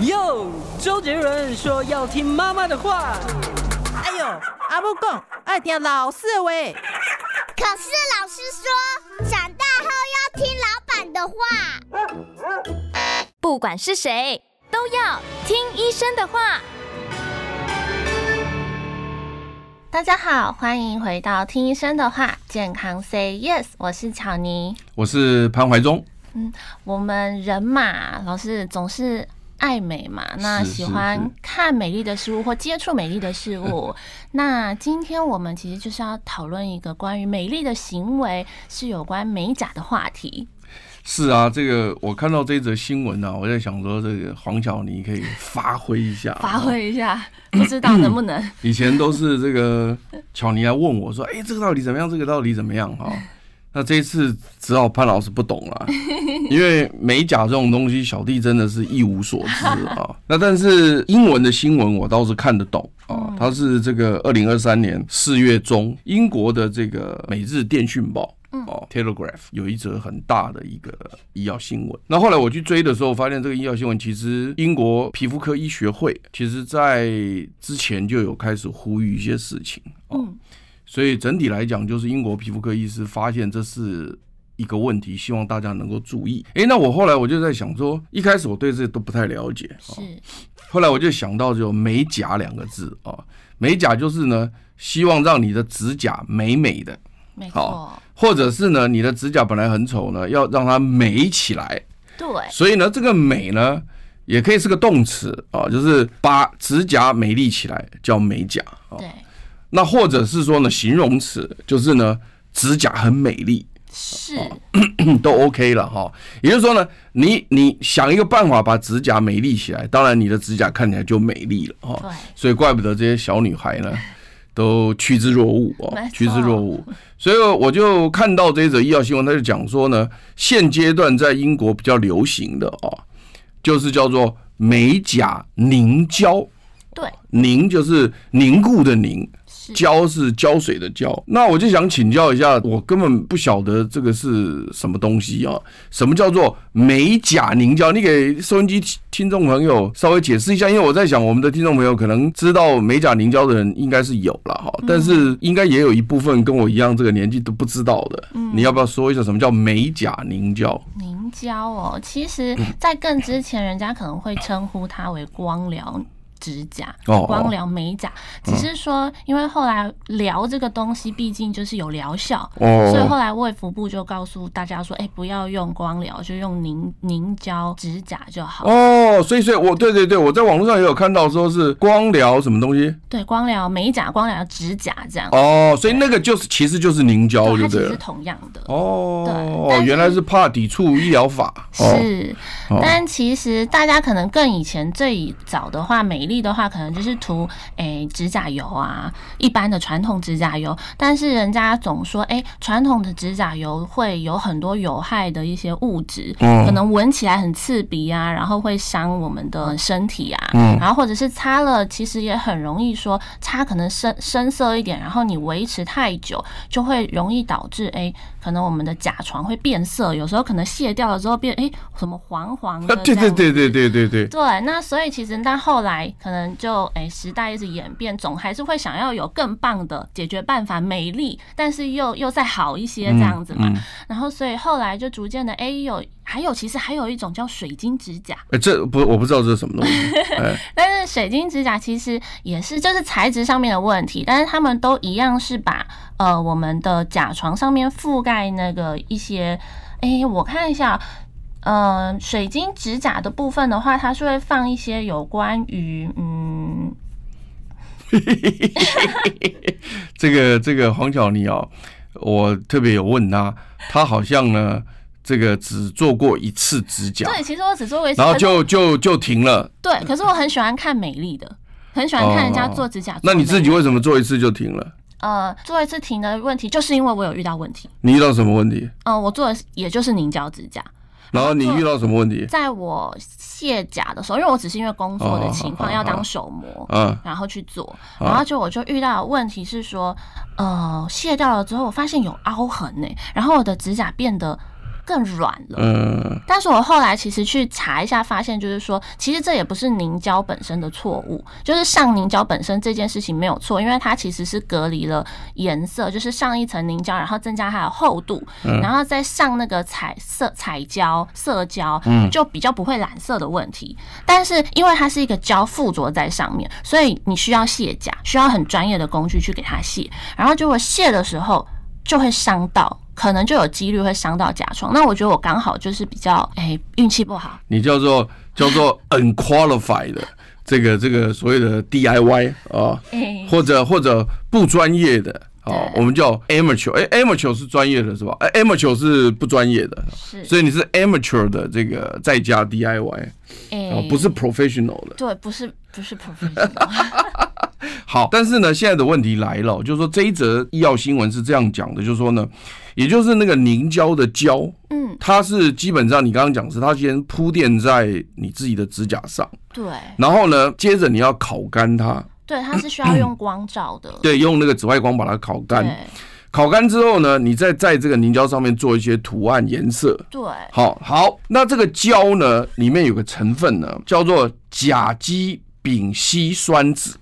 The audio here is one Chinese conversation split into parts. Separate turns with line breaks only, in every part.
哟，周杰伦说要听妈妈的话。
哎呦，阿母讲爱听老师的话。
可是老师说，长大后要听老板的
话。不管是谁，都要听医生的话。
大家好，欢迎回到听医生的话，健康 Say Yes，我是巧妮，
我是潘怀忠。
嗯，我们人嘛，老师总是爱美嘛，那喜欢看美丽的事物或接触美丽的事物。那今天我们其实就是要讨论一个关于美丽的行为，是有关美甲的话题。
是啊，这个我看到这则新闻呢、啊，我在想说，这个黄巧妮可以发挥一下，啊
发挥一下， 不知道能不能
以前都是这个巧妮来问我说：“哎、欸，这个到底怎么样？这个到底怎么样？”哈、哦，那这一次只好潘老师不懂了，因为美甲这种东西，小弟真的是一无所知啊、哦。那但是英文的新闻我倒是看得懂啊、哦，它是这个二零二三年四月中英国的这个《每日电讯报》。哦，Telegraph 有一则很大的一个医药新闻。那后来我去追的时候，发现这个医药新闻其实英国皮肤科医学会其实在之前就有开始呼吁一些事情。哦、嗯，所以整体来讲，就是英国皮肤科医师发现这是一个问题，希望大家能够注意。诶，那我后来我就在想说，一开始我对这都不太了解，
是、哦，
后来我就想到就美甲两个字啊、哦，美甲就是呢，希望让你的指甲美美的。
没错，
或者是呢，你的指甲本来很丑呢，要让它美起来。
对，
所以呢，这个美呢，也可以是个动词啊、哦，就是把指甲美丽起来叫美甲。
哦、对，
那或者是说呢，形容词就是呢，指甲很美丽，
是、
哦、都 OK 了哈。也就是说呢，你你想一个办法把指甲美丽起来，当然你的指甲看起来就美丽了哈。
对，
所以怪不得这些小女孩呢。都趋之若鹜哦，趋之若鹜。所以我就看到这则医药新闻，他就讲说呢，现阶段在英国比较流行的哦，就是叫做美甲凝胶。
对，
凝就是凝固的凝，
是
胶是胶水的胶。那我就想请教一下，我根本不晓得这个是什么东西啊？什么叫做美甲凝胶？你给收音机听众朋友稍微解释一下，因为我在想，我们的听众朋友可能知道美甲凝胶的人应该是有了哈，但是应该也有一部分跟我一样这个年纪都不知道的。嗯、你要不要说一下什么叫美甲凝胶？
凝胶哦，其实
嗯
在更之前，人家可能会称呼它为光疗。指甲、
哦
光疗、美甲，
嗯
只是说，因为后来疗这个东西，毕竟就是有疗效，
哦
所以后来卫福部就告诉大家说，哎，不要用光疗，就用凝凝胶指甲就好。
哦，所以，所以我对对对，我在网络上也有看到，说是光疗什么东西？
对，光疗美甲、光疗指甲这样。
哦，所以那个就是其实就是凝胶，对不对？
是同样的。
哦，对，原来是怕抵触医疗法。哦
是，但其实大家可能更以前最早的话，美。的话，可能就是涂诶、欸、指甲油啊，一般的传统指甲油。但是人家总说，诶、欸，传统的指甲油会有很多有害的一些物质，嗯、可能闻起来很刺鼻啊，然后会伤我们的身体啊。嗯、然后或者是擦了，其实也很容易说擦可能深深色一点，然后你维持太久，就会容易导致诶、欸，可能我们的甲床会变色，有时候可能卸掉了之后变诶什么黄黄的。
啊对对对对对对对。
对，那所以其实但后来。可能就哎、欸，时代一直演变，总还是会想要有更棒的解决办法，美丽，但是又又再好一些这样子嘛。嗯嗯、然后所以后来就逐渐的哎、欸、有。还有，其实还有一种叫水晶指甲，
哎、欸，这不我不知道这是什么东西。欸、
但是水晶指甲其实也是就是材质上面的问题，但是他们都一样是把呃我们的甲床上面覆盖那个一些，哎，我看一下。呃，水晶指甲的部分的话，它是会放一些有关于嗯，
这个这个黄巧妮哦，我特别有问他，他好像呢。这个只做过一次指甲，
对，其实我只做过一次，
然后就就就停了。
对，可是我很喜欢看美丽的，很喜欢看人家做指甲。哦、
那你自己为什么做一次就停了？
呃，做一次停的问题，就是因为我有遇到问题。
你遇到什么问题？
嗯、呃，我做的也就是凝胶指甲。
然后你遇到什么问题？
在我卸甲的时候，因为我只是因为工作的情况要当手模，嗯，然后去做，然后就我就遇到问题是说，呃，卸掉了之后，我发现有凹痕呢、欸，然后我的指甲变得更软了。
嗯，
但是我后来其实去查一下，发现就是说，其实这也不是凝胶本身的错误，就是上凝胶本身这件事情没有错，因为它其实是隔离了颜色，就是上一层凝胶，然后增加它的厚度，然后再上那个彩色彩胶、色胶，就比较不会染色的问题。但是因为它是一个胶附着在上面，所以你需要卸甲，需要很专业的工具去给它卸，然后结果卸的时候就会伤到。可能就有几率会伤到甲床，那我觉得我刚好就是比较哎运气不好，
你叫做叫做 unqualified 的这个这个所谓的 DIY 啊，
哎
或者或者不专业的哦，我们叫 amateur，哎、a m a t e u r 是专业的是吧？哎、a m a t e u r 是不专业的，
是
所以你是 amateur 的这个在家 DIY 哦
哎，
不是 professional 的。
对，不是不是 professional，
好，但是呢，现在的问题来了，就是说这一则医药新闻是这样讲的，就是说呢，也就是那个凝胶的胶，
嗯，
它是基本上你刚刚讲是它先铺垫在你自己的指甲上，
嗯对
然后呢，接着你要烤干它，
对，它是需要用光照的，
对，用那个紫外光把它烤干，
对
烤干之后呢，你再在这个凝胶上面做一些图案颜色。
对
好好，那这个胶呢，里面有个成分呢，叫做甲基丙烯酸酯。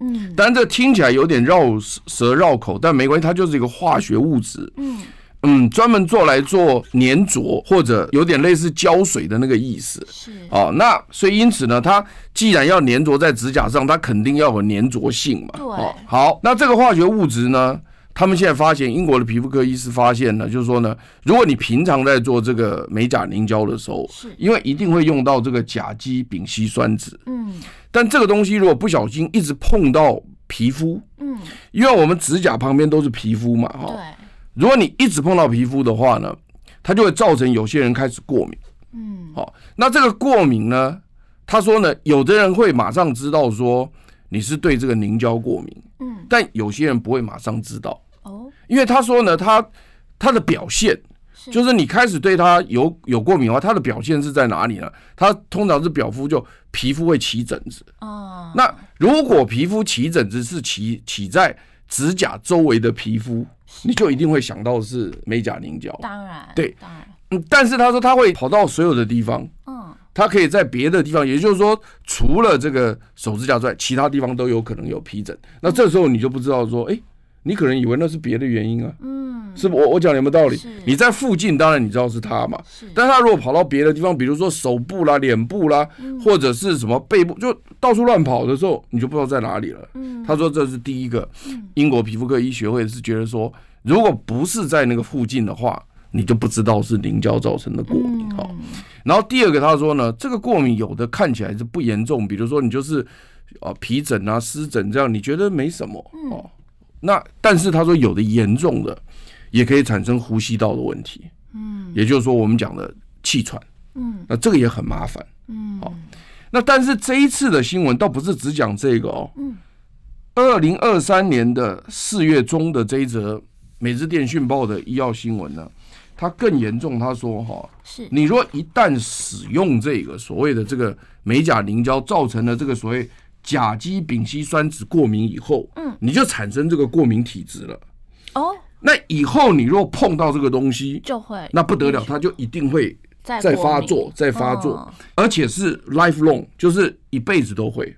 嗯
当然，这听起来有点绕舌绕口，但没关系，它就是一个化学物质。
嗯
嗯，专门做来做粘着或者有点类似胶水的那个意思。
是
哦，那所以因此呢，它既然要粘着在指甲上，它肯定要有粘着性嘛。
对
哦，好，那这个化学物质呢，他们现在发现，英国的皮肤科医师发现呢，就是说呢，如果你平常在做这个美甲凝胶的时候，
是
因为一定会用到这个甲基丙烯酸酯，
嗯
但这个东西如果不小心一直碰到皮肤，
嗯
因为我们指甲旁边都是皮肤嘛，哈、哦
对
如果你一直碰到皮肤的话呢，它就会造成有些人开始过敏。
嗯
好、那这个过敏呢，他说呢，有的人会马上知道说你是对这个凝胶过敏，
嗯
但有些人不会马上知道，
哦
因为他说呢，他他的表现
是
就是你开始对他有有过敏的话，他的表现是在哪里呢？他通常是表肤就皮肤会起疹子，
啊
那如果皮肤起疹子是起起在指甲周围的皮肤，你就一定会想到是美甲凝胶。
当然
对
当然
嗯，但是他说他会跑到所有的地方，
嗯
它可以在别的地方，也就是说，除了这个手指甲之外，其他地方都有可能有皮疹。那这时候你就不知道说，哎、你可能以为那是别的原因啊，
嗯
是不？我我讲有没有道理
是？
你在附近，当然你知道是它嘛。
是
但它如果跑到别的地方，比如说手部啦、脸部啦，
嗯
或者是什么背部，就到处乱跑的时候，你就不知道在哪里了。
嗯
他说这是第一个，英国皮肤科医学会是觉得说，如果不是在那个附近的话，你就不知道是凝胶造成的过敏哈。
嗯
然后第二个，他说呢，这个过敏有的看起来是不严重，比如说你就是啊皮疹啊、湿疹这样，你觉得没什么
嗯
哦。那但是他说有的严重的也可以产生呼吸道的问题，嗯，也就是说我们讲的气喘，
嗯
那这个也很麻烦。
嗯
那但是这一次的新闻倒不是只讲这个哦，
嗯，
二零二三年的四月中的这一则《每日电讯报》的医药新闻呢，它更严重，他说哈、
是
你若一旦使用这个所谓的这个美甲凝胶，造成了这个所谓甲基丙烯酸酯过敏以后，嗯，你就产生这个过敏体质了。
哦
那以后你若碰到这个东西，
就会
那不得了，它就一定会
再
再
过
发
敏
作、再发作
哦，
而且是 lifelong，就是一辈子都会。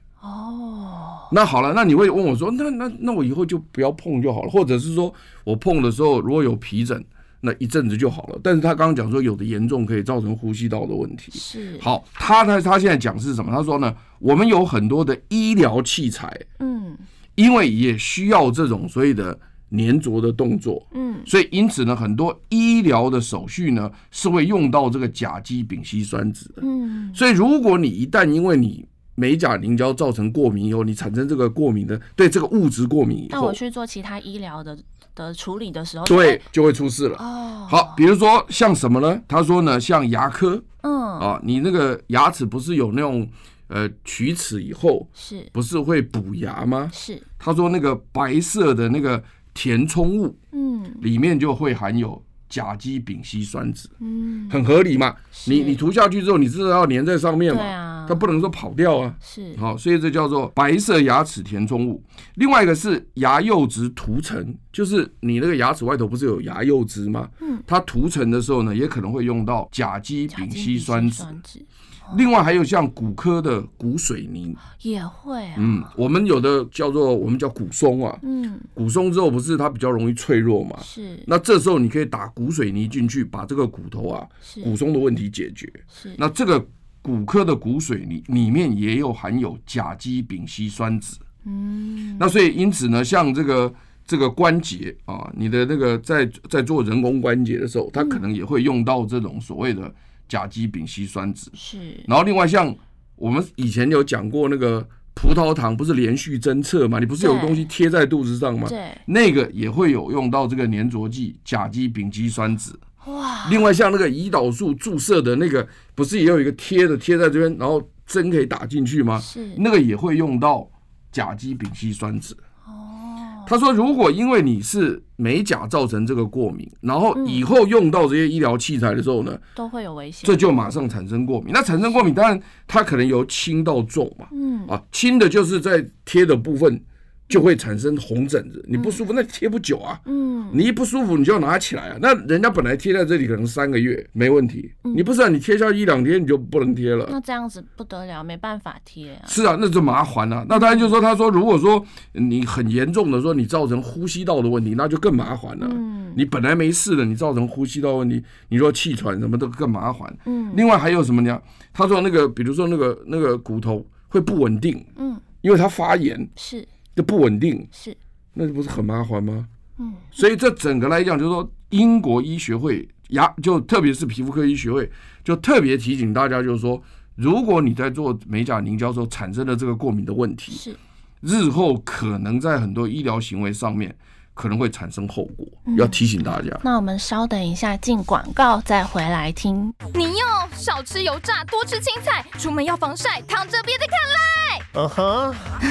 哦
那好了，那你会问我说，那那那我以后就不要碰就好了，或者是说我碰的时候如果有皮疹，那一阵子就好了。但是他刚刚讲说，有的严重可以造成呼吸道的问题。
是
好，他呢，他现在讲是什么？他说呢，我们有很多的医疗器材，
嗯
因为也需要这种所谓的粘着的动作，
嗯
所以因此呢，很多医疗的手续呢是会用到这个甲基丙烯酸酯的。
嗯
所以如果你一旦因为你美甲凝胶造成过敏以后，你产生这个过敏的对这个物质过敏以
那
后
我，去做其他医疗的的处理的时候，
对，就会出事了。
哦，
好，比如说像什么呢？他说呢，像牙科
嗯，
啊，你那个牙齿不是有那种呃龋齿以后。
是
不是会补牙吗？
是，
他说那个白色的那个填充物
嗯
里面就会含有甲基丙烯酸酯，
嗯，
很合理嘛。
是
你你涂下去之后，你至少要粘在上面
对
嘛。
啊，嗯
它不能说跑掉啊。
是
好、所以这叫做白色牙齿填充物。另外一个是牙釉质涂层，就是你那个牙齿外头不是有牙釉质吗？嗯，它涂层的时候呢，也可能会用到甲基
甲基
丙
丙
烯
烯
酸酯。
酸哦酯
另外还有像骨科的骨水泥，
也会啊，
嗯，我们有的叫做我们叫骨松啊，
嗯，
骨松之后不是它比较容易脆弱嘛？
是
那这时候你可以打骨水泥进去，把这个骨头啊
是
骨松的问题解决。
是
那这个骨科的骨水泥里面也有含有甲基丙烯酸酯，
嗯
那所以因此呢，像这个这个关节啊，你的那个在在做人工关节的时候，它可能也会用到这种所谓的甲基丙烯酸酯。
是
然后另外像我们以前有讲过那个葡萄糖不是连续侦测嘛，你不是有
对
东西贴在肚子上吗？
对
那个也会有用到这个粘着剂甲基丙基酸酯。
哇
另外像那个胰岛素注射的那个，不是也有一个贴的贴在这边，然后针可以打进去吗？
是
那个也会用到甲基丙烯酸酯。
哦
他说，如果因为你是美甲造成这个过敏，然后
嗯
以后用到这些医疗器材的时候呢，
都会有危险，
这就马上产生过敏。那产生过敏，当然它可能由轻到重嘛，
嗯
啊，轻的就是在贴的部分就会产生红疹子，你不舒服，那贴不久啊。
嗯
你一不舒服，你就要拿起来啊！那人家本来贴在这里可能三个月没问题，你不是、啊、你贴下一两天你就不能贴了。
嗯那这样子不得了，没办法贴啊，
是啊，那就麻烦了、那当然就是说，他说如果说你很严重的说你造成呼吸道的问题，那就更麻烦了。
嗯
你本来没事的，你造成呼吸道问题，你说气喘什么都更麻烦。
嗯
另外还有什么呢？他说那个，比如说那个那个骨头会不稳定，
嗯
因为它发炎
是
就不稳定，
是
那不是很麻烦吗？
嗯，
所以这整个来讲，就是说英国医学会牙就特别是皮肤科医学会就特别提醒大家，就是说，如果你在做美甲凝胶的时候产生了这个过敏的问题，
是
日后可能在很多医疗行为上面可能会产生后果，
嗯
要提醒大家。
那我们稍等一下进广告再回来听，
你哟，少吃油炸，多吃青菜，出门要防晒，躺着别再看赖。
嗯哼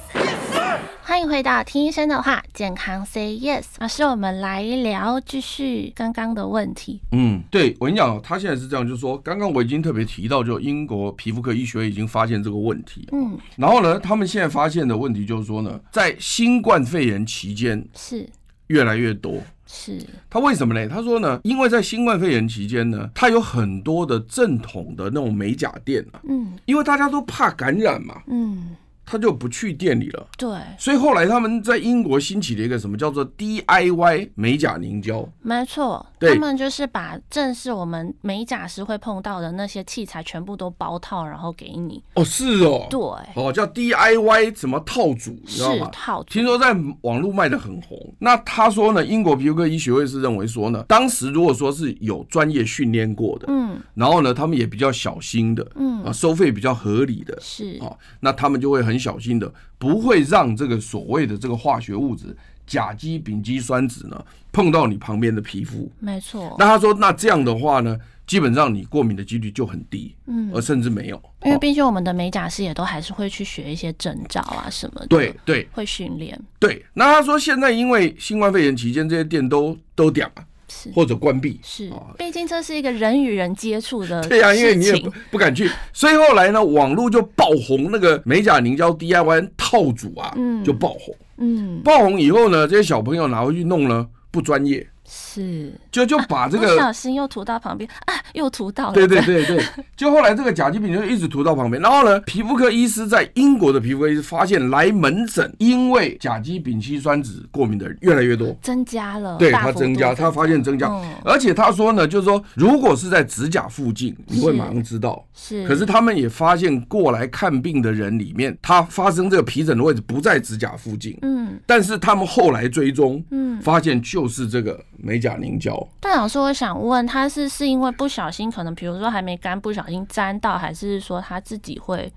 欢迎回到听医生的话，健康 Say Yes，老师，我们来聊继续刚刚的问题，
嗯，对我跟你讲哦，他现在是这样，就是说，刚刚我已经特别提到，就英国皮肤科医学会已经发现这个问题。
嗯
然后呢，他们现在发现的问题就是说呢，在新冠肺炎期间
是
越来越多。
是
他为什么呢？他说呢，因为在新冠肺炎期间呢，他有很多的正统的那种美甲店啊，
嗯
因为大家都怕感染嘛，
嗯
他就不去店里了。
对，
所以后来他们在英国兴起了一个什么叫做 DIY 美甲凝胶，
没错，
对
他们就是把正是我们美甲师会碰到的那些器材全部都包套，然后给你。
哦，是哦，
对，
哦，叫 DIY 什么套组，你知道
是
吗？
套组
听说在网络卖的很红。那他说呢，英国皮肤科医学会是认为说呢，当时如果说是有专业训练过的，
嗯，
然后呢，他们也比较小心的，
嗯
啊，收费比较合理的，
是
哦，那他们就会很小心的，不会让这个所谓的这个化学物质甲基丙基酸酯呢碰到你旁边的皮肤。
没错
那，他说，那这样的话呢，基本上你过敏的几率就很低，
嗯
而甚至没有，
因为
哦
毕竟我们的美甲师也都还是会去学一些证照啊什么的，
对，对
会训练，
对。那他说，现在因为新冠肺炎期间，这些店都都掉了
是
或者关闭，
是
哦，
毕竟这是一个人与人接触的
对呀、啊因为你也
事
不
情
不敢去，所以后来呢，网络就爆红那个美甲凝胶 DIY 套组啊，
嗯
就爆红。
嗯，
爆红以后呢，这些小朋友拿回去弄呢，不专业，
是
就就把这
不
个，
小心又涂到旁边啊，又涂到了，
对对
这样，
对对，就后来这个甲基丙就一直涂到旁边。然后呢，皮肤科医师在英国的皮肤科医师发现，来门诊因为甲基丙烯酸酯过敏的人越来越多。
增加了，
对
哦大
它
幅
增
度
加，它发现增加，
嗯
而且他说呢，就是说，如果是在指甲附近，你会
是
马上知道，
是，
可是他们也发现过来看病的人里面，他发生这个皮疹的位置不在指甲附近，
嗯。
但是他们后来追踪，
嗯
发现就是这个美甲凝胶。
但老师，我想问，他是是因为不小心，可能比如说还没干，不小心沾到，还是说他自己会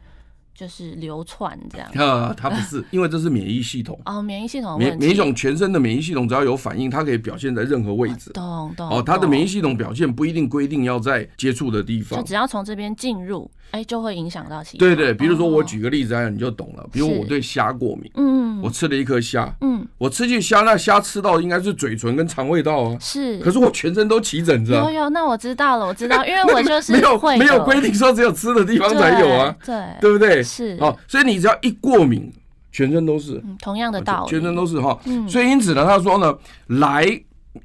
就是流窜这样。
啊，它不是， 因为这是免疫系统，
哦，免疫系统的
每
问题，
每一种全身的免疫系统只要有反应，它可以表现在任何位置。
懂懂
哦，它的免疫
懂
系统表现不一定规定要在接触的地
就
方。
只要从这边进入，哎、就会影响到其他。
对对，比如说我
哦
举个例子，哎，你就懂了。比如
是
我对虾过敏，
嗯
我吃了一颗虾，
嗯
我吃进虾，那虾吃到应该是嘴唇跟肠胃道啊，
是，
可是我全身都起疹子啊
有。有，那我知道了，我知道，因为 我就是
没有
会
没有
的
规定说只有吃的地方才有啊，，
对对
对不对？
是
哦，所以你只要一过敏，全身都是，
嗯，同样的道理，
全身都是哈。
嗯
所以因此呢，他说呢，来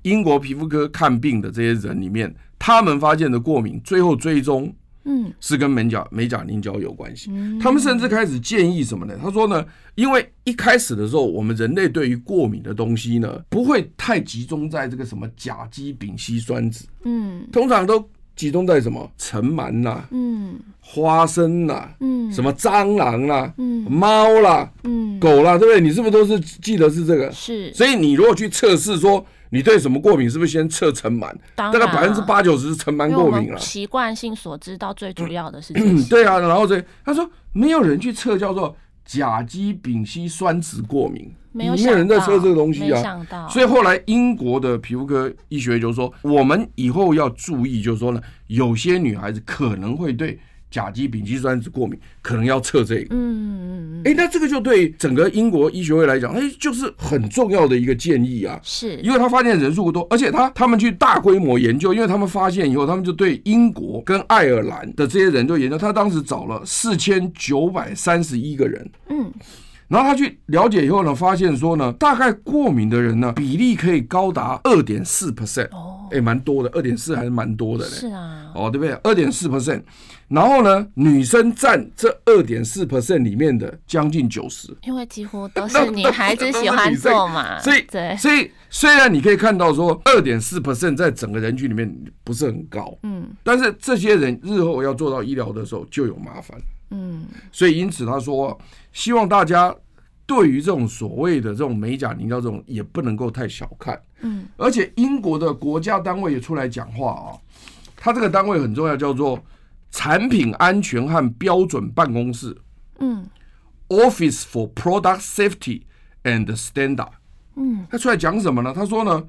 英国皮肤科看病的这些人里面，他们发现的过敏，最后追踪
嗯
是跟美甲美甲凝胶有关系。
嗯
他们甚至开始建议什么呢？他说呢，因为一开始的时候，我们人类对于过敏的东西呢，不会太集中在这个什么甲基丙烯酸酯，
嗯
通常都集中在什么尘螨呐、
嗯
花生啦、
嗯
什么蟑螂啦、
嗯
猫啦、
嗯
狗啦，对不对？你是不是都是记得是这个？
是，
所以你如果去测试说你对什么过敏，是不是先测尘螨？
当
大概
然啊
百分之八九十是尘螨
因为
过
我
敏
们
了。
习惯性所知道最主要的是这
嗯，
些，
对啊。然后这他说没有人去测叫做甲基丙烯酸酯过敏，
没有
没有人在
想
测这个
到
东西
没
啊。
想到，
所以后来英国的皮肤科医学就说，我们以后要注意，就是说呢，有些女孩子可能会对甲基丙烯酸酯过敏，可能要测这个。
嗯嗯嗯，
哎、那这个就对整个英国医学会来讲，哎、就是很重要的一个建议啊。
是
因为他发现人数不多，而且他他们去大规模研究，因为他们发现以后，他们就对英国跟爱尔兰的这些人就研究。他当时找了四千九百三十一个人，
嗯
然后他去了解以后呢，发现说呢，大概过敏的人呢比例可以高达二点四 percent，
哦
哎，蛮多的，二点四还是蛮多的嘞。
是啊，
哦，对不对？二点四 percent，然后呢，女生占这二点四 percent 里面的将近九十，
因为几乎都
那
是女孩子喜欢做嘛，
所以
对，
所以虽然你可以看到说二点四 percent 在整个人群里面不是很高，
嗯
但是这些人日后要做到医疗的时候就有麻烦，
嗯
所以因此他说，希望大家对于这种所谓的这种美甲凝胶这种也不能够太小看，
嗯，
而且英国的国家单位也出来讲话啊、他这个单位很重要，叫做产品安全和标准办公室
嗯
（Office for Product Safety and Standard）。
嗯
他出来讲什么呢？他说呢，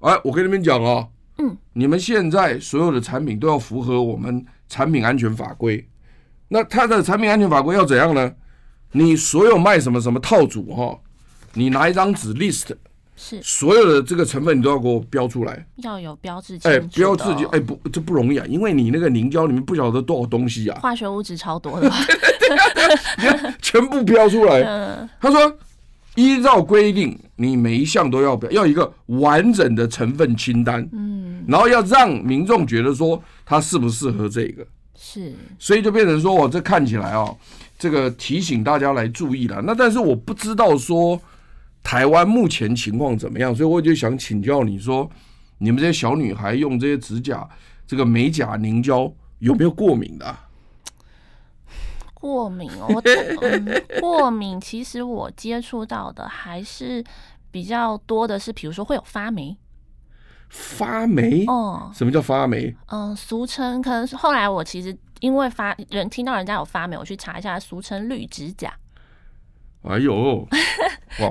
哎，我跟你们讲哦，
嗯，
你们现在所有的产品都要符合我们产品安全法规。那它的产品安全法规要怎样呢？你所有卖什么什么套组哈、你拿一张纸 list
是
所有的这个成分，你都要给我标出来。
要有标志性，
哎，不要自己哎，不，这不容易啊，因为你那个凝胶里面不晓得多少东西啊，
化学物质超 多的吧，
全部标出来。
嗯
他说，依照规定，你每一项都要表要一个完整的成分清单，
嗯
然后要让民众觉得说它适不适合这个，
是
所以就变成说，哦，这看起来哦，这个提醒大家来注意了。那但是我不知道说台湾目前情况怎么样，所以我就想请教你说，你们这些小女孩用这些指甲这个美甲凝胶有没有过敏的啊、
过敏哦，我、嗯、过敏其实我接触到的还是比较多的是，比如说会有发霉
发霉？
哦，
什么叫发霉？
嗯，俗称可能是后来我其实因为发人听到人家有发霉，我去查一下，俗称绿指甲。
哎呦，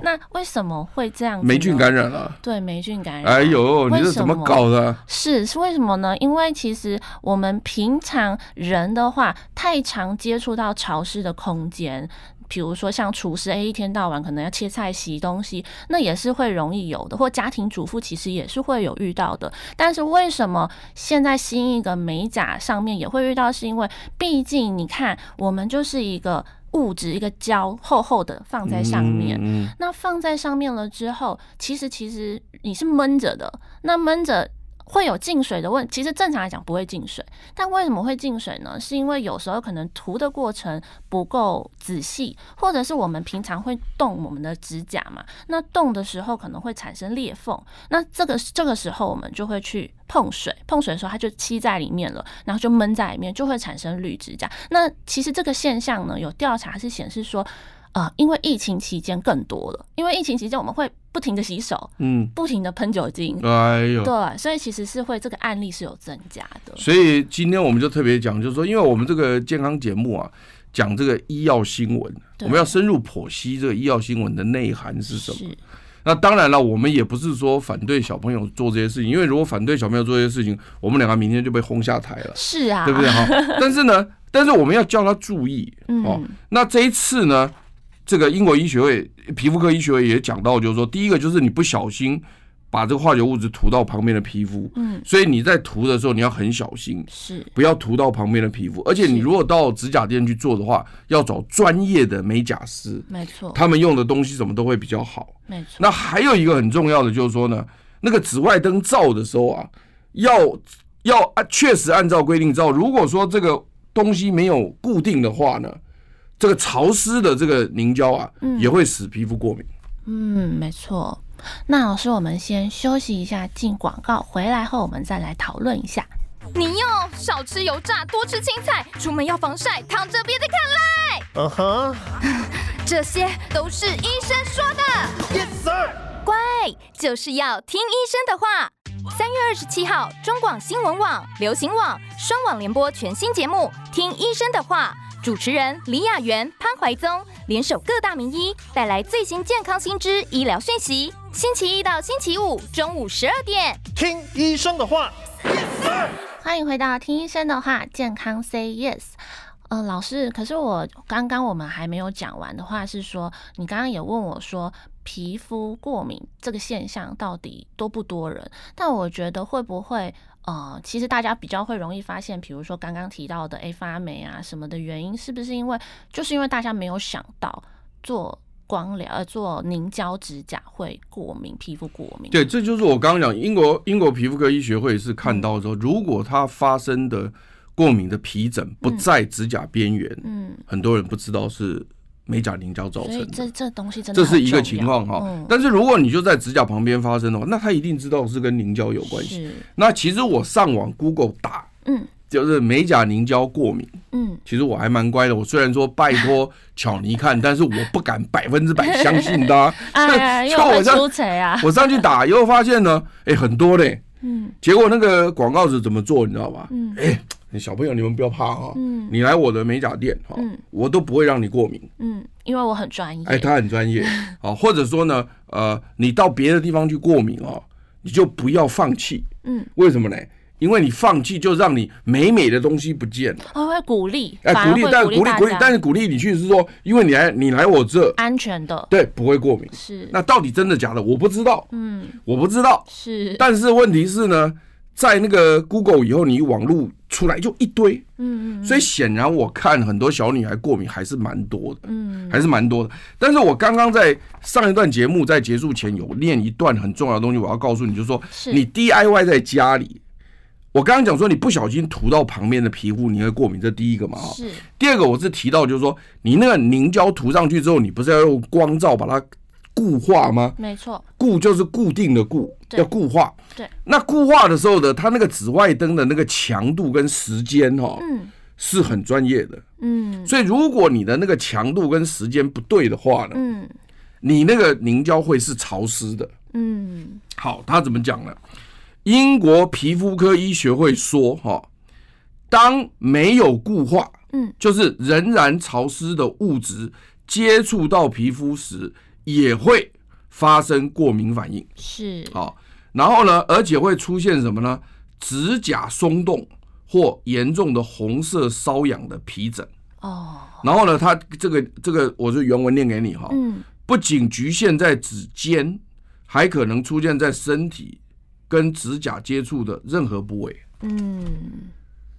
那为什么会这样子呢？
霉菌感染了、
对霉菌感染，
哎呦，你
为
这
什
怎么
么
搞的？
是是为什么呢？因为其实我们平常人的话，太常接触到潮湿的空间，比如说像厨师，哎，一天到晚可能要切菜、洗东西，那也是会容易有的。或家庭主妇其实也是会有遇到的。但是为什么现在新一个美甲上面也会遇到？是因为毕竟你看，我们就是一个物质，一个胶厚厚的放在上面，
嗯，嗯
那放在上面了之后，其实其实你是闷着的，那闷着会有进水的问，其实正常来讲不会进水，但为什么会进水呢？是因为有时候可能涂的过程不够仔细，或者是我们平常会动我们的指甲嘛，那动的时候可能会产生裂缝，那这个这个时候我们就会去碰水，碰水的时候它就吸在里面了，然后就闷在里面，就会产生绿指甲。那其实这个现象呢，有调查是显示说，呃，因为疫情期间更多了，因为疫情期间我们会不停的洗手，
嗯，
不停的喷酒精，
哎呦，
对，所以其实是会这个案例是有增加的，
所以今天我们就特别讲，就是说，因为我们这个健康节目啊，讲这个医药新闻，
对
我们要深入剖析这个医药新闻的内涵是什么。
是
那当然了，我们也不是说反对小朋友做这些事情，因为如果反对小朋友做这些事情，我们两个明天就被轰下台了，
是啊，
对不对？ 哈？但是呢，但是我们要叫他注意哦。
嗯，
那这一次呢，这个英国医学会呃皮肤科医学会也讲到，就是说，第一个就是你不小心把这个化学物质涂到旁边的皮肤，
嗯，
所以你在涂的时候你要很小心，
是
不要涂到旁边的皮肤。而且你
是
如果到指甲店去做的话，要找专业的美甲师，
没错，
他们用的东西什么都会比较好。
没错，
那还有一个很重要的就是说呢，那个紫外灯照的时候啊，要要啊，确实按照规定照。如果说这个东西没有固定的话呢，这个潮湿的这个凝胶啊，也会使皮肤过敏。
嗯，没错。那老师，我们先休息一下，进广告，回来后我们再来讨论一下。
你哟，少吃油炸，多吃青菜，出门要防晒，躺着别再看赖。
嗯哼
这些都是医生说的。
，Yes sir。
乖，就是要听医生的话。三月二十七号，中广新闻网、流行网双网联播全新节目《听医生的话》，主持人李雅媛、潘怀宗联手各大名医，带来最新健康新知、医疗讯息。星期一到星期五中午十二点。
听医生的话。
欢迎回到听医生的话，健康 Say Yes。呃，老师，可是我刚刚我们还没有讲完的话是说，你刚刚也问我说，皮肤过敏这个现象到底多不多人？但我觉得会不会呃，其实大家比较会容易发现，比如说刚刚提到的 A 发霉啊什么的原因，是不是因为就是因为大家没有想到做光疗呃做凝胶指甲会过敏，皮肤过敏？
对，这就是我刚刚讲，英国英国皮肤科医学会是看到说，如果它发生的过敏的皮疹不在指甲边缘，
嗯，
很多人不知道是美甲凝胶造
所
成
以
的。
这这东西真的
这是
很
一个
重
情
要
况哈、哦
嗯
但是如果你就在指甲旁边发生的话，那他一定知道是跟凝胶有关系。
是
那其实我上网 Google 打，
嗯，
就是美甲凝胶过敏，
嗯，
其实我还蛮乖的。我虽然说拜托巧妮看，但是我不敢百分之百相信他。
哎，又
像我
会
这样
出谁啊？
我上去打以后发现呢，哎，很多嘞。
嗯，
结果那个广告是怎么做，你知道吧？
嗯
哎，小朋友你们不要怕哈、
嗯
你来我的美甲店哈、
嗯
我都不会让你过敏。
嗯，因为我很专业。
哎，他很专 业啊，或者说呢，呃，你到别的地方去过敏哦，你就不要放弃。
嗯，
为什么呢？因为你放弃就让你美美的东西不见了。
我会鼓励，反
哎，
而
鼓励
会，
但
励
鼓励
大
鼓励
家，
但是鼓励你去是说，因为你来你来我这，
安全的
对，不会过敏。
是，
那到底真的假的？我不知道，
嗯
我不知道。
是，
但是问题是呢，在那个 Google 以后，你网路出来就一堆，
嗯嗯
所以显然我看很多小女孩过敏还是蛮多的。
嗯
还是蛮多的。但是我刚刚在上一段节目在结束前有念一段很重要的东西，我要告诉你，就是说
是
你 DIY 在家里。我刚刚讲说，你不小心涂到旁边的皮肤，你会过敏，这第一个嘛哈。
是
第二个，我是提到就是说，你那个凝胶涂上去之后，你不是要用光照把它固化吗？
没错，
固就是固定的固，
对
要固化。
对。
那固化的时候呢，它那个紫外灯的那个强度跟时间哈、哦，
嗯
是很专业的。
嗯
所以如果你的那个强度跟时间不对的话呢，
嗯
你那个凝胶会是潮湿的。
嗯
好，他怎么讲呢？英国皮肤科医学会说，哈、当没有固化，
嗯，
就是仍然潮湿的物质接触到皮肤时，也会发生过敏反应。
是，
好、然后呢，而且会出现什么呢？指甲松动或严重的红色瘙痒的皮疹。
哦，
然后呢，它这个这个，我是原文念给你哈、
嗯
不仅局限在指尖，还可能出现在身体跟指甲接触的任何部位，
嗯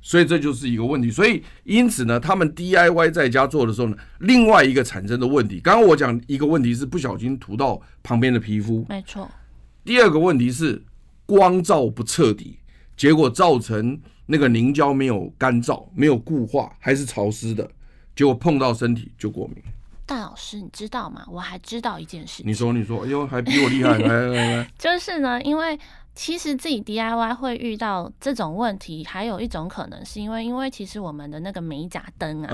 所以这就是一个问题。所以因此呢，他们 DIY 在家做的时候呢，另外一个产生的问题，刚刚我讲一个问题是不小心涂到旁边的皮肤，
没错，
第二个问题是光照不彻底，结果造成那个凝胶没有干燥、没有固化，还是潮湿的，结果碰到身体就过敏。
但老师你知道吗？我还知道一件事情
你，说，你说，哎哎呦，还比我 厉害，来来来来，
就是呢，因为其实自己 DIY 会遇到这种问题，还有一种可能是因为，因为其实我们的那个美甲灯啊，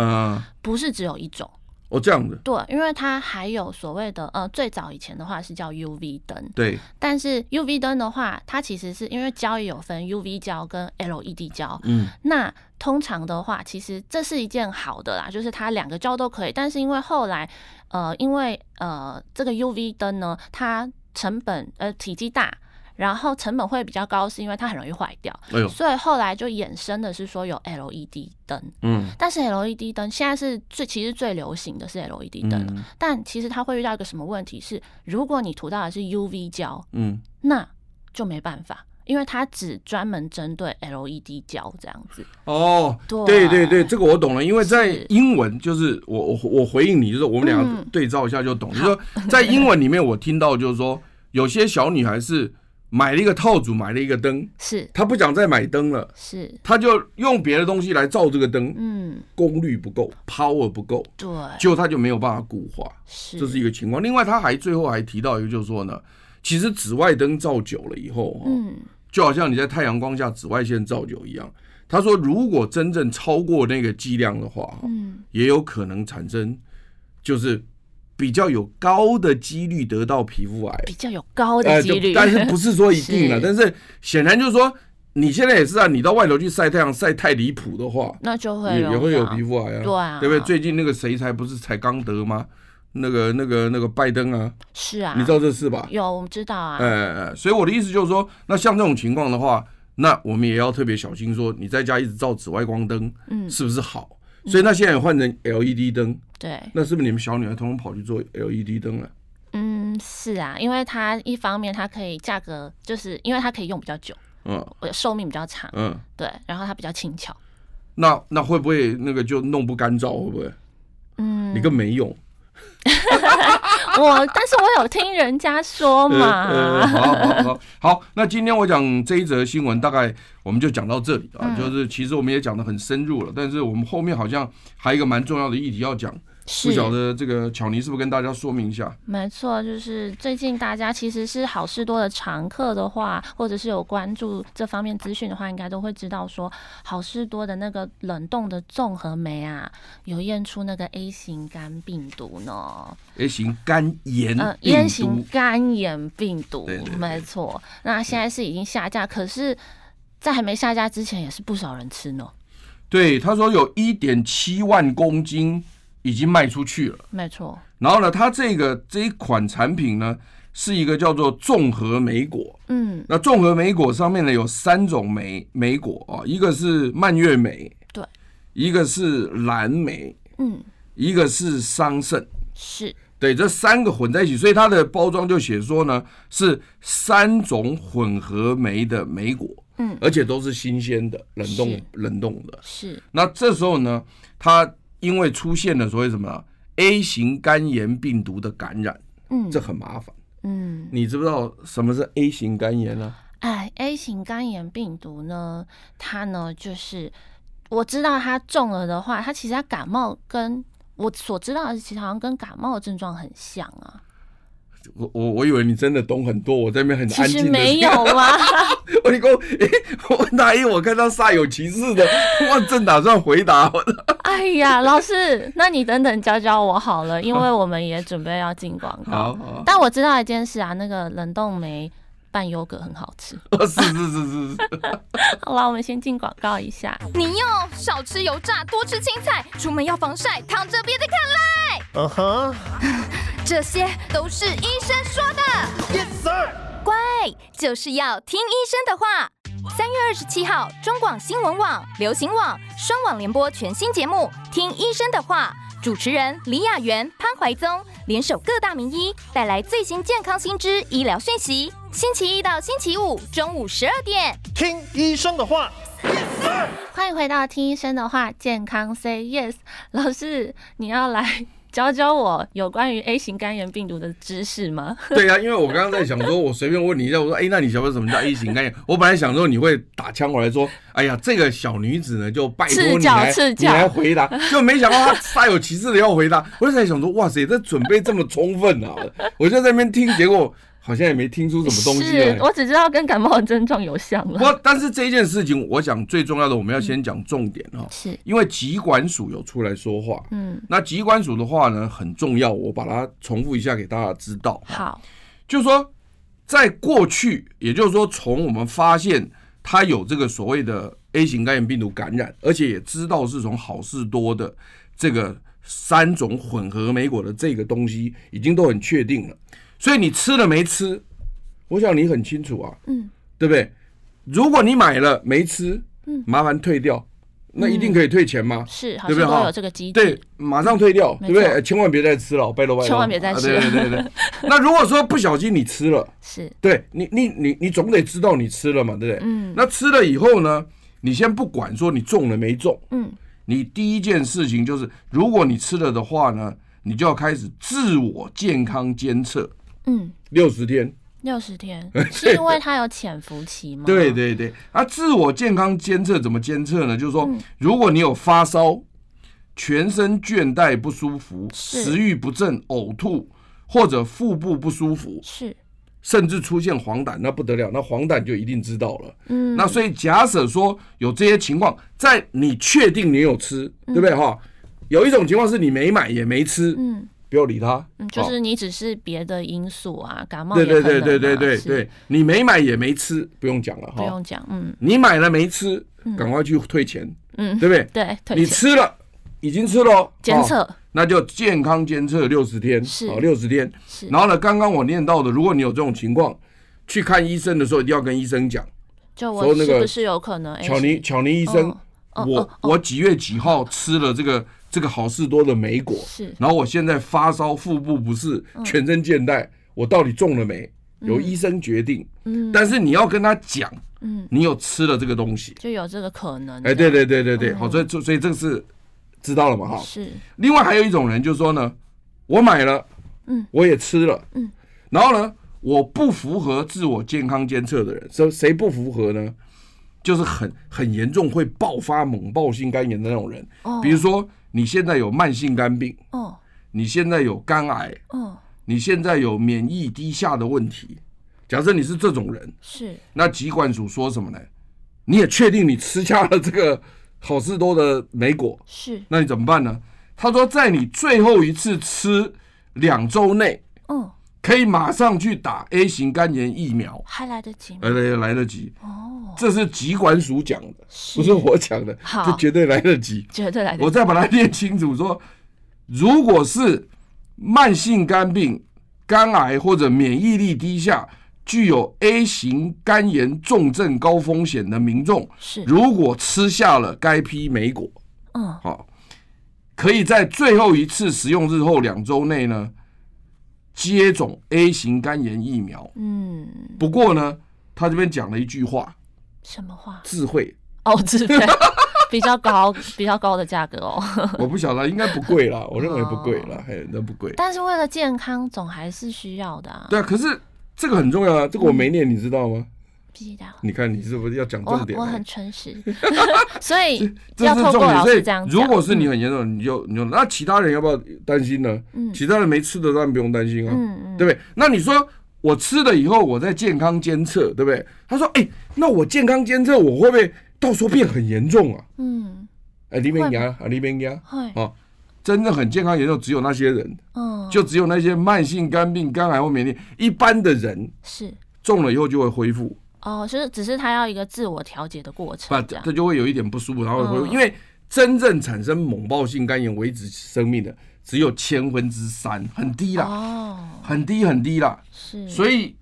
嗯、
不是只有一种，
哦，这样子，
对，因为它还有所谓的呃，最早以前的话是叫 UV 灯，
对，
但是 UV 灯的话，它其实是因为胶也有分 UV 胶跟 LED 胶，
嗯，
那通常的话，其实这是一件好的啦，就是它两个胶都可以。但是因为后来，呃，因为呃这个 UV 灯呢，它成本呃体积大，然后成本会比较高，是因为它很容易坏掉，
哎呦，
所以后来就衍生的是说有 LED 灯。
嗯，
但是 LED 灯现在是最其实最流行的是 LED 灯啊了，
嗯
但其实它会遇到一个什么问题是，如果你涂到的是 UV 胶，
嗯，
那就没办法。因为它只专门针对 LED 胶这样子，
哦，对
对啊
对对，这个我懂了，因为在
是
英文就是我我我回应你，就是我们俩
嗯
对照一下就懂。就是说在英文里面，我听到就是说有些小女孩是买了一个套组，买了一个灯，
是
她不想再买灯了，
是，
她就用别的东西来照这个灯，
嗯，
功率不够，power 不够，
对，
结果她就没有办法固化。
是
这是一个情况。另外，他还最后还提到一个，就是说呢，其实紫外灯照久了以后，嗯，
嗯，
就好像你在太阳光下紫外线照久一样。他说，如果真正超过那个剂量的话，哈、
嗯，
也有可能产生就是比较有高的几率得到皮肤癌，
比较有高
呃
的几
就
率，
但是不是说一定了，
是
但是显然就是说，你现在也是啊，你到外头去晒太阳晒太离谱的话，
那就会
也也会有
到
皮肤癌啊，
对啊
对不对？最近那个谁才不是才刚得吗？那个、那个、那个拜登啊，
是啊，
你知道这事吧？
有我们知道啊，
哎哎哎，所以我的意思就是说，那像这种情况的话，那我们也要特别小心说你在家一直照紫外光灯
嗯，
是不是好？所以那现在也换成 LED 灯，
对，
那是不是你们小女孩通通跑去做 LED 灯了？
嗯，是啊，因为它一方面它可以价格，就是因为它可以用比较久，
嗯
呃寿命比较长，
嗯，
对，然后它比较轻巧，
那那会不会那个就弄不干燥？会不会
嗯，
你更没用？
我，但是我有听人家说
呃呃
哦嘛，
好好 好好，那今天我讲这一则新闻，大概我们就讲到这里
嗯
啊。就是其实我们也讲的很深入了，但是我们后面好像还有一个蛮重要的议题要讲，不
是
晓得这个巧妮是不是跟大家说明一下？
没错，就是最近大家其实是好事多的常客的话，或者是有关注这方面资讯的话，应该都会知道说，好事多的那个冷冻的综合酶啊，有验出那个 A 型肝病毒呢，
A 型肝炎
呃
病
，A 型
毒，
肝炎病毒，
嗯对对对
没错。那现在是已经下架，可是，在还没下架之前，也是不少人吃呢，
对，他说有一点七万公斤已经卖出去了。
没错，
然后呢，它这个这一款产品呢，是一个叫做综合莓果。
嗯，
那综合莓果上面呢有三种莓莓果啊，一个是蔓越莓，
对，
一个是蓝莓，
嗯，
一个是桑葚，
是，
对，这三个混在一起，所以它的包装就写说呢是三种混合莓的莓果，
嗯
而且都是新鲜的，冷冻
是
冷冻的。
是，
那这时候呢，它因为出现了所谓什么啊 A 型肝炎病毒的感染，
嗯
这，很麻烦。
嗯。
你知不知道什么是 A 型肝炎呢、
哎，A 型肝炎病毒呢，它呢就是我知道它中了的话，它其实它感冒跟我所知道的，其实好像跟感冒的症状很像啊。
我我我以为你真的懂很多，我在那边很
其
安
实
静的。
没有啊，
我你给我，诶、 我哪一我看到煞有其事的，我正打算回答，我的
哎呀，老师，那你等等教教我好了，因为我们也准备要进广 告
好。好，
但我知道一件事啊，那个冷冻梅拌优格很好吃。
是是是是是。
好了，我们先进广告一下。
你哟，少吃油炸，多吃青菜，出门要防晒，躺着别再看赖，
嗯哼
这些都是医生说的。
，Yes sir。
乖，就是要听医生的话。三月二十七号，中广新闻网、流行网双网联播全新节目《听医生的话》，主持人李雅媛、潘怀宗联手各大名医，带来最新健康新知、医疗讯息。星期一到星期五中午十二点，
听医生的话，
欢迎回到听医生的话，健康 Say Yes。老师，你要来教教我有关于 A 型肝炎病毒的知识吗？
对啊呀、因为我刚刚在想说，我随便问你一下，我说，哎、那你晓不晓得什么叫 A 型肝炎？我本来想说你会打枪我来说，哎呀，这个小女子呢，就拜托
赤
你
脚
来，
赤
你
脚
来回答，就没想到她煞有其事的要回答。我就在想说，哇塞，这准备这么充分啊！我就在那边听，结果好像也没听出什么东西啊
是
来。
我只知道跟感冒的症状有像
不
了。
过，但是这一件事情，我讲最重要的，我们要先讲重点哈、
是，
因为疾管署有出来说话。
嗯，
那疾管署的话呢，很重要，我把它重复一下给大家知道。
好，
就是说，在过去，也就是说，从我们发现它有这个所谓的 A 型肝炎病毒感染，而且也知道是从好事多的这个三种混合莓果的这个东西，已经都很确定了。所以你吃了没吃，我想你很清楚啊，嗯，对不对？如果你买了没吃，嗯，麻烦退掉，那
嗯
一定可以退钱吗？
是，好
对不
像
对
都
哈
有这个机制。
对，马上退掉，
嗯没
对不对？
错
呃千万别再吃了，拜托拜托。
千万别再吃
啊对对对对。那如果说不小心你吃了，
是，
对你，你你你总得知道你吃了嘛，对不对？
嗯
那吃了以后呢，你先不管说你中了没中，
嗯，
你第一件事情就是，如果你吃了的话呢，你就要开始自我健康监测
嗯，
六十天。
六 十天是因为它有潜伏期吗？
对，对对，啊，自我健康监测怎么监测呢？就是说，如果你有发烧、全身倦怠不舒服、
是
食欲不振、呕吐或者腹部不舒服，
是，
甚至出现黄疸，那不得了，那黄疸就一定知道了。
嗯，
那所以假设说有这些情况，在你确定你有吃，对不对哈？有一种情况是你没买也没吃，
嗯
不要理它，
嗯，就
哦
是你只是别的因素啊，感冒
对
也
对
可
对
能啊
对对对
是
对，你没买也没吃，不用讲了
不
哈。
用讲，嗯
你买了没吃，赶快去退钱，
嗯，
对不 对？
对，
你
推荐
吃了，已经吃了哦，
监
哦
测
那就健康监测六十天，
是
好六十天。
是
然后呢，刚刚我念到的，如果你有这种情况，去看医生的时候一定要跟医生讲，
就
说
我
那
是
个
不是有可能？哎
巧尼巧尼医生，
哦
我
哦
我几月几号吃了这个这个好事多的莓果，
是嗯
然后我现在发烧、腹部不适、全身倦怠，我到底中了没？由医生决定。
嗯
但是你要跟他讲，
嗯，
你有吃了这个东西。
就有这个可能。
哎，
这
对
样
对对对
嗯
对，好，所以所以所以这个是知道了嘛？哈，
是
另外还有一种人就说呢，我买了，
嗯，
我也吃了，
嗯，
然后呢，我不符合自我健康监测的人，谁谁不符合呢？就是很很严重会爆发猛暴性肝炎的那种人，
哦
比如说你现在有慢性肝病，
哦
你现在有肝癌，
哦
你现在有免疫低下的问题，假设你是这种人，
是
那疾管署说什么呢？你也确定你吃下了这个好事多的莓果，
是
那你怎么办呢？他说，在你最后一次吃两周内，
哦，
可以马上去打 A 型肝炎疫苗，
还来得及吗？
呃，来来得及。
哦，
这是疾管署讲的，
是
不是我讲的，
好
这绝对来得及。
绝对来得
我
及。
再把它列清楚说，如果是慢性肝病、肝癌或者免疫力低下，具有 A 型肝炎重症高风险的民众，
是
如果吃下了该批莓果，
嗯，
好、可以在最后一次使用日后两周内呢，接种 A 型肝炎疫苗。
嗯，
不过呢，他这边讲了一句话，
什么话？
智 慧，
哦，自费比较高，比较高的价格哦。
我不晓得，应该不贵啦，我认为不贵啦，嘿，那不贵。
但是为了健康，总还是需要的啊。
对啊，可是这个很重要啊，这个我没念，你知道吗？
必然。
你看你是不是要讲
我
重点
我
了？
很诚 实，所以
这
要
是
透
重
过
点，
老
所
师
以
这样讲。
如果是你
嗯
很严重，你就你就那其他人要不要担心呢？其他人没吃的当然不用担心啊，
嗯嗯
对不对？那你说我吃了以后，我在健康监测，对不对？他说，哎、那我健康监测我会不会到时候变很严重啊？
嗯，
哎，里面牙啊，里面牙
会
啊，真的很健康严重，只有那些人，
嗯，
就只有那些慢性肝病、肝癌或免疫，一般的人
是
中了以后就会恢复。
哦，就是只是他要一个自我调节的过程
不，，
这样
这就会有一点不舒服，然后会、
啊嗯
因为真正产生猛暴性肝炎维持生命的只有千分之三，很低啦，
哦，
很低很低啦，
是，
所以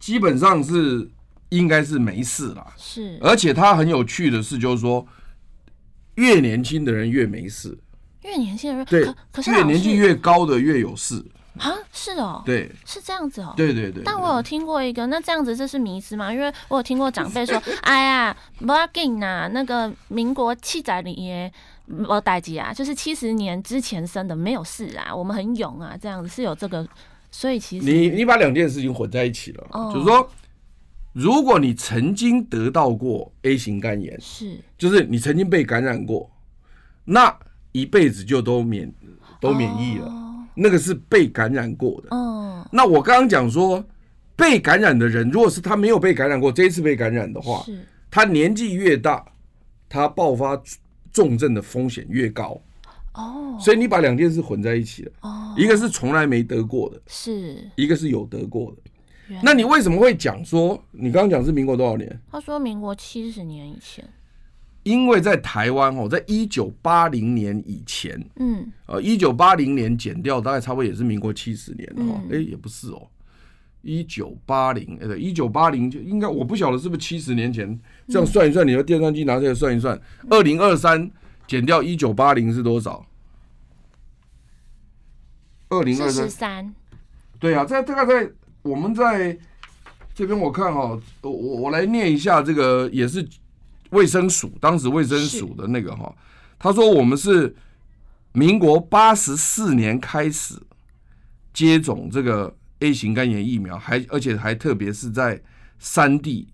基本上是应该是没事啦。
是
而且它很有趣的是，就是说越年轻的人越没事，
越年轻的人
对
可可，是
越
老
年纪
师
越高的越有事，
啊，是哦，，
对
是这样子哦，
对对对。
但我有听过一个，那这样子这是迷思嘛？因为我有听过长 辈说，哎呀，不要紧呐，那个民国七载里耶，我代记啊，就是七十年之前生的，没有事啊，我们很勇啊，这样子是有这个，所以其实
你你把两件事情混在一起了，
哦
就是说，如果你曾经得到过 A 型肝炎，
是
就是你曾经被感染过，那一辈子就都免都免疫了，
哦
那个是被感染过的。
哦，
那我刚刚讲说，被感染的人，如果是他没有被感染过，这一次被感染的话，
嗯是
他年纪越大，他爆发重症的风险越高。
哦
所以你把两件事混在一起了，
哦
一个是从来没得过的，
是，
一个是有得过的
原来。
那你为什么会讲说你刚刚讲是民国多少年？
他说民国七十年以前，
因为在台湾哦，在一九八零年以前，
嗯
呃，一九八零年减掉，大概差不多也是民国七十年哦，
嗯
哎、也不是哦，一九八零，哎，对，一九八零就应该我不晓得是不是七十年前，这
嗯
样算一算，你的计算机拿出来算一算，二零二三减掉一九八零是多少？二零二
是
三
十，三，
对啊，在大概在我们在这边我看哈、我我我来念一下这个也是卫生署当时卫生署的那个哈、他说我们是民国八十四年开始接种这个 A 型肝炎疫苗，还而且还特别是在山地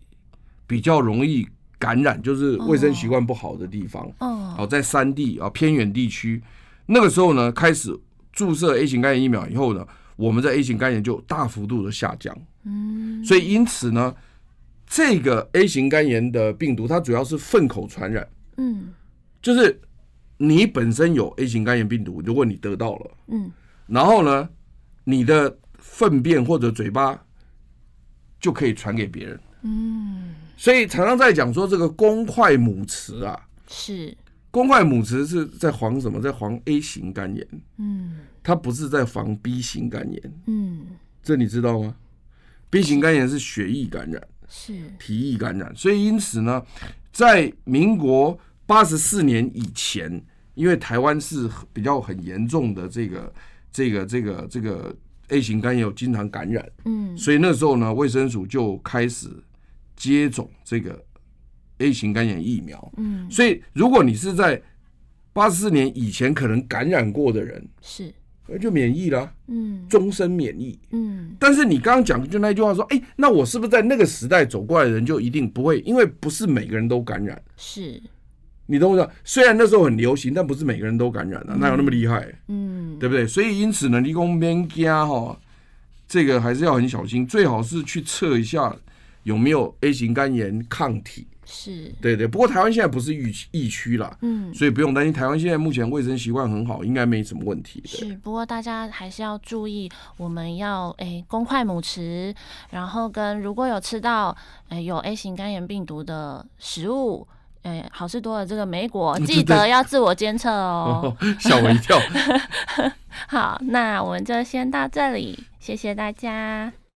比较容易感染，就是卫生习惯不好的地方。
哦
好，在山地啊偏远地区，那个时候呢，开始注射 A 型肝炎疫苗以后呢，我们在 A 型肝炎就大幅度的下降，
嗯
所以因此呢，这个 A 型肝炎的病毒它主要是粪口传染，
嗯
就是你本身有 A 型肝炎病毒，如果你得到了，
嗯
然后呢，你的粪便或者嘴巴就可以传给别人，
嗯
所以常常在讲说这个公筷母匙啊，
是，
公筷母匙是在防什么？在防 A 型肝炎。
嗯
它不是在防 B 型肝炎，
嗯
这你知道吗？B 型肝炎是血液感染、
是，
体液感染，所以因此呢，在民国八十四年以前，因为台湾是比较很严重的这个、这个、这个、这个 A 型肝炎有经常感染，
嗯
所以那时候呢，卫生署就开始接种这个 A 型肝炎疫苗。
嗯
所以如果你是在八十四年以前可能感染过的人，
是，
那就免疫了。
嗯
终身免疫。
嗯
但是你刚刚讲就那句话说，哎、那我是不是在那个时代走过来的人就一定不会？因为不是每个人都感染，
是，
你懂我懂？虽然那时候很流行，但不是每个人都感染的、啊，哪有那么厉害，
嗯
对不对？所以因此呢，你公边家哈，这个还是要很小心，最好是去测一下有没有 A 型肝炎抗体。
是，
对对，不过台湾现在不是疫区疫区啦，
嗯
所以不用担心。台湾现在目前卫生习惯很好，应该没什么问题的。
是，不过大家还是要注意，我们要诶公筷母匙，然后跟如果有吃到诶有 A 型肝炎病毒的食物，诶好事多的这个莓果，记得要自我监测哦。
吓我一跳。
好，那我们就先到这里，谢谢大家。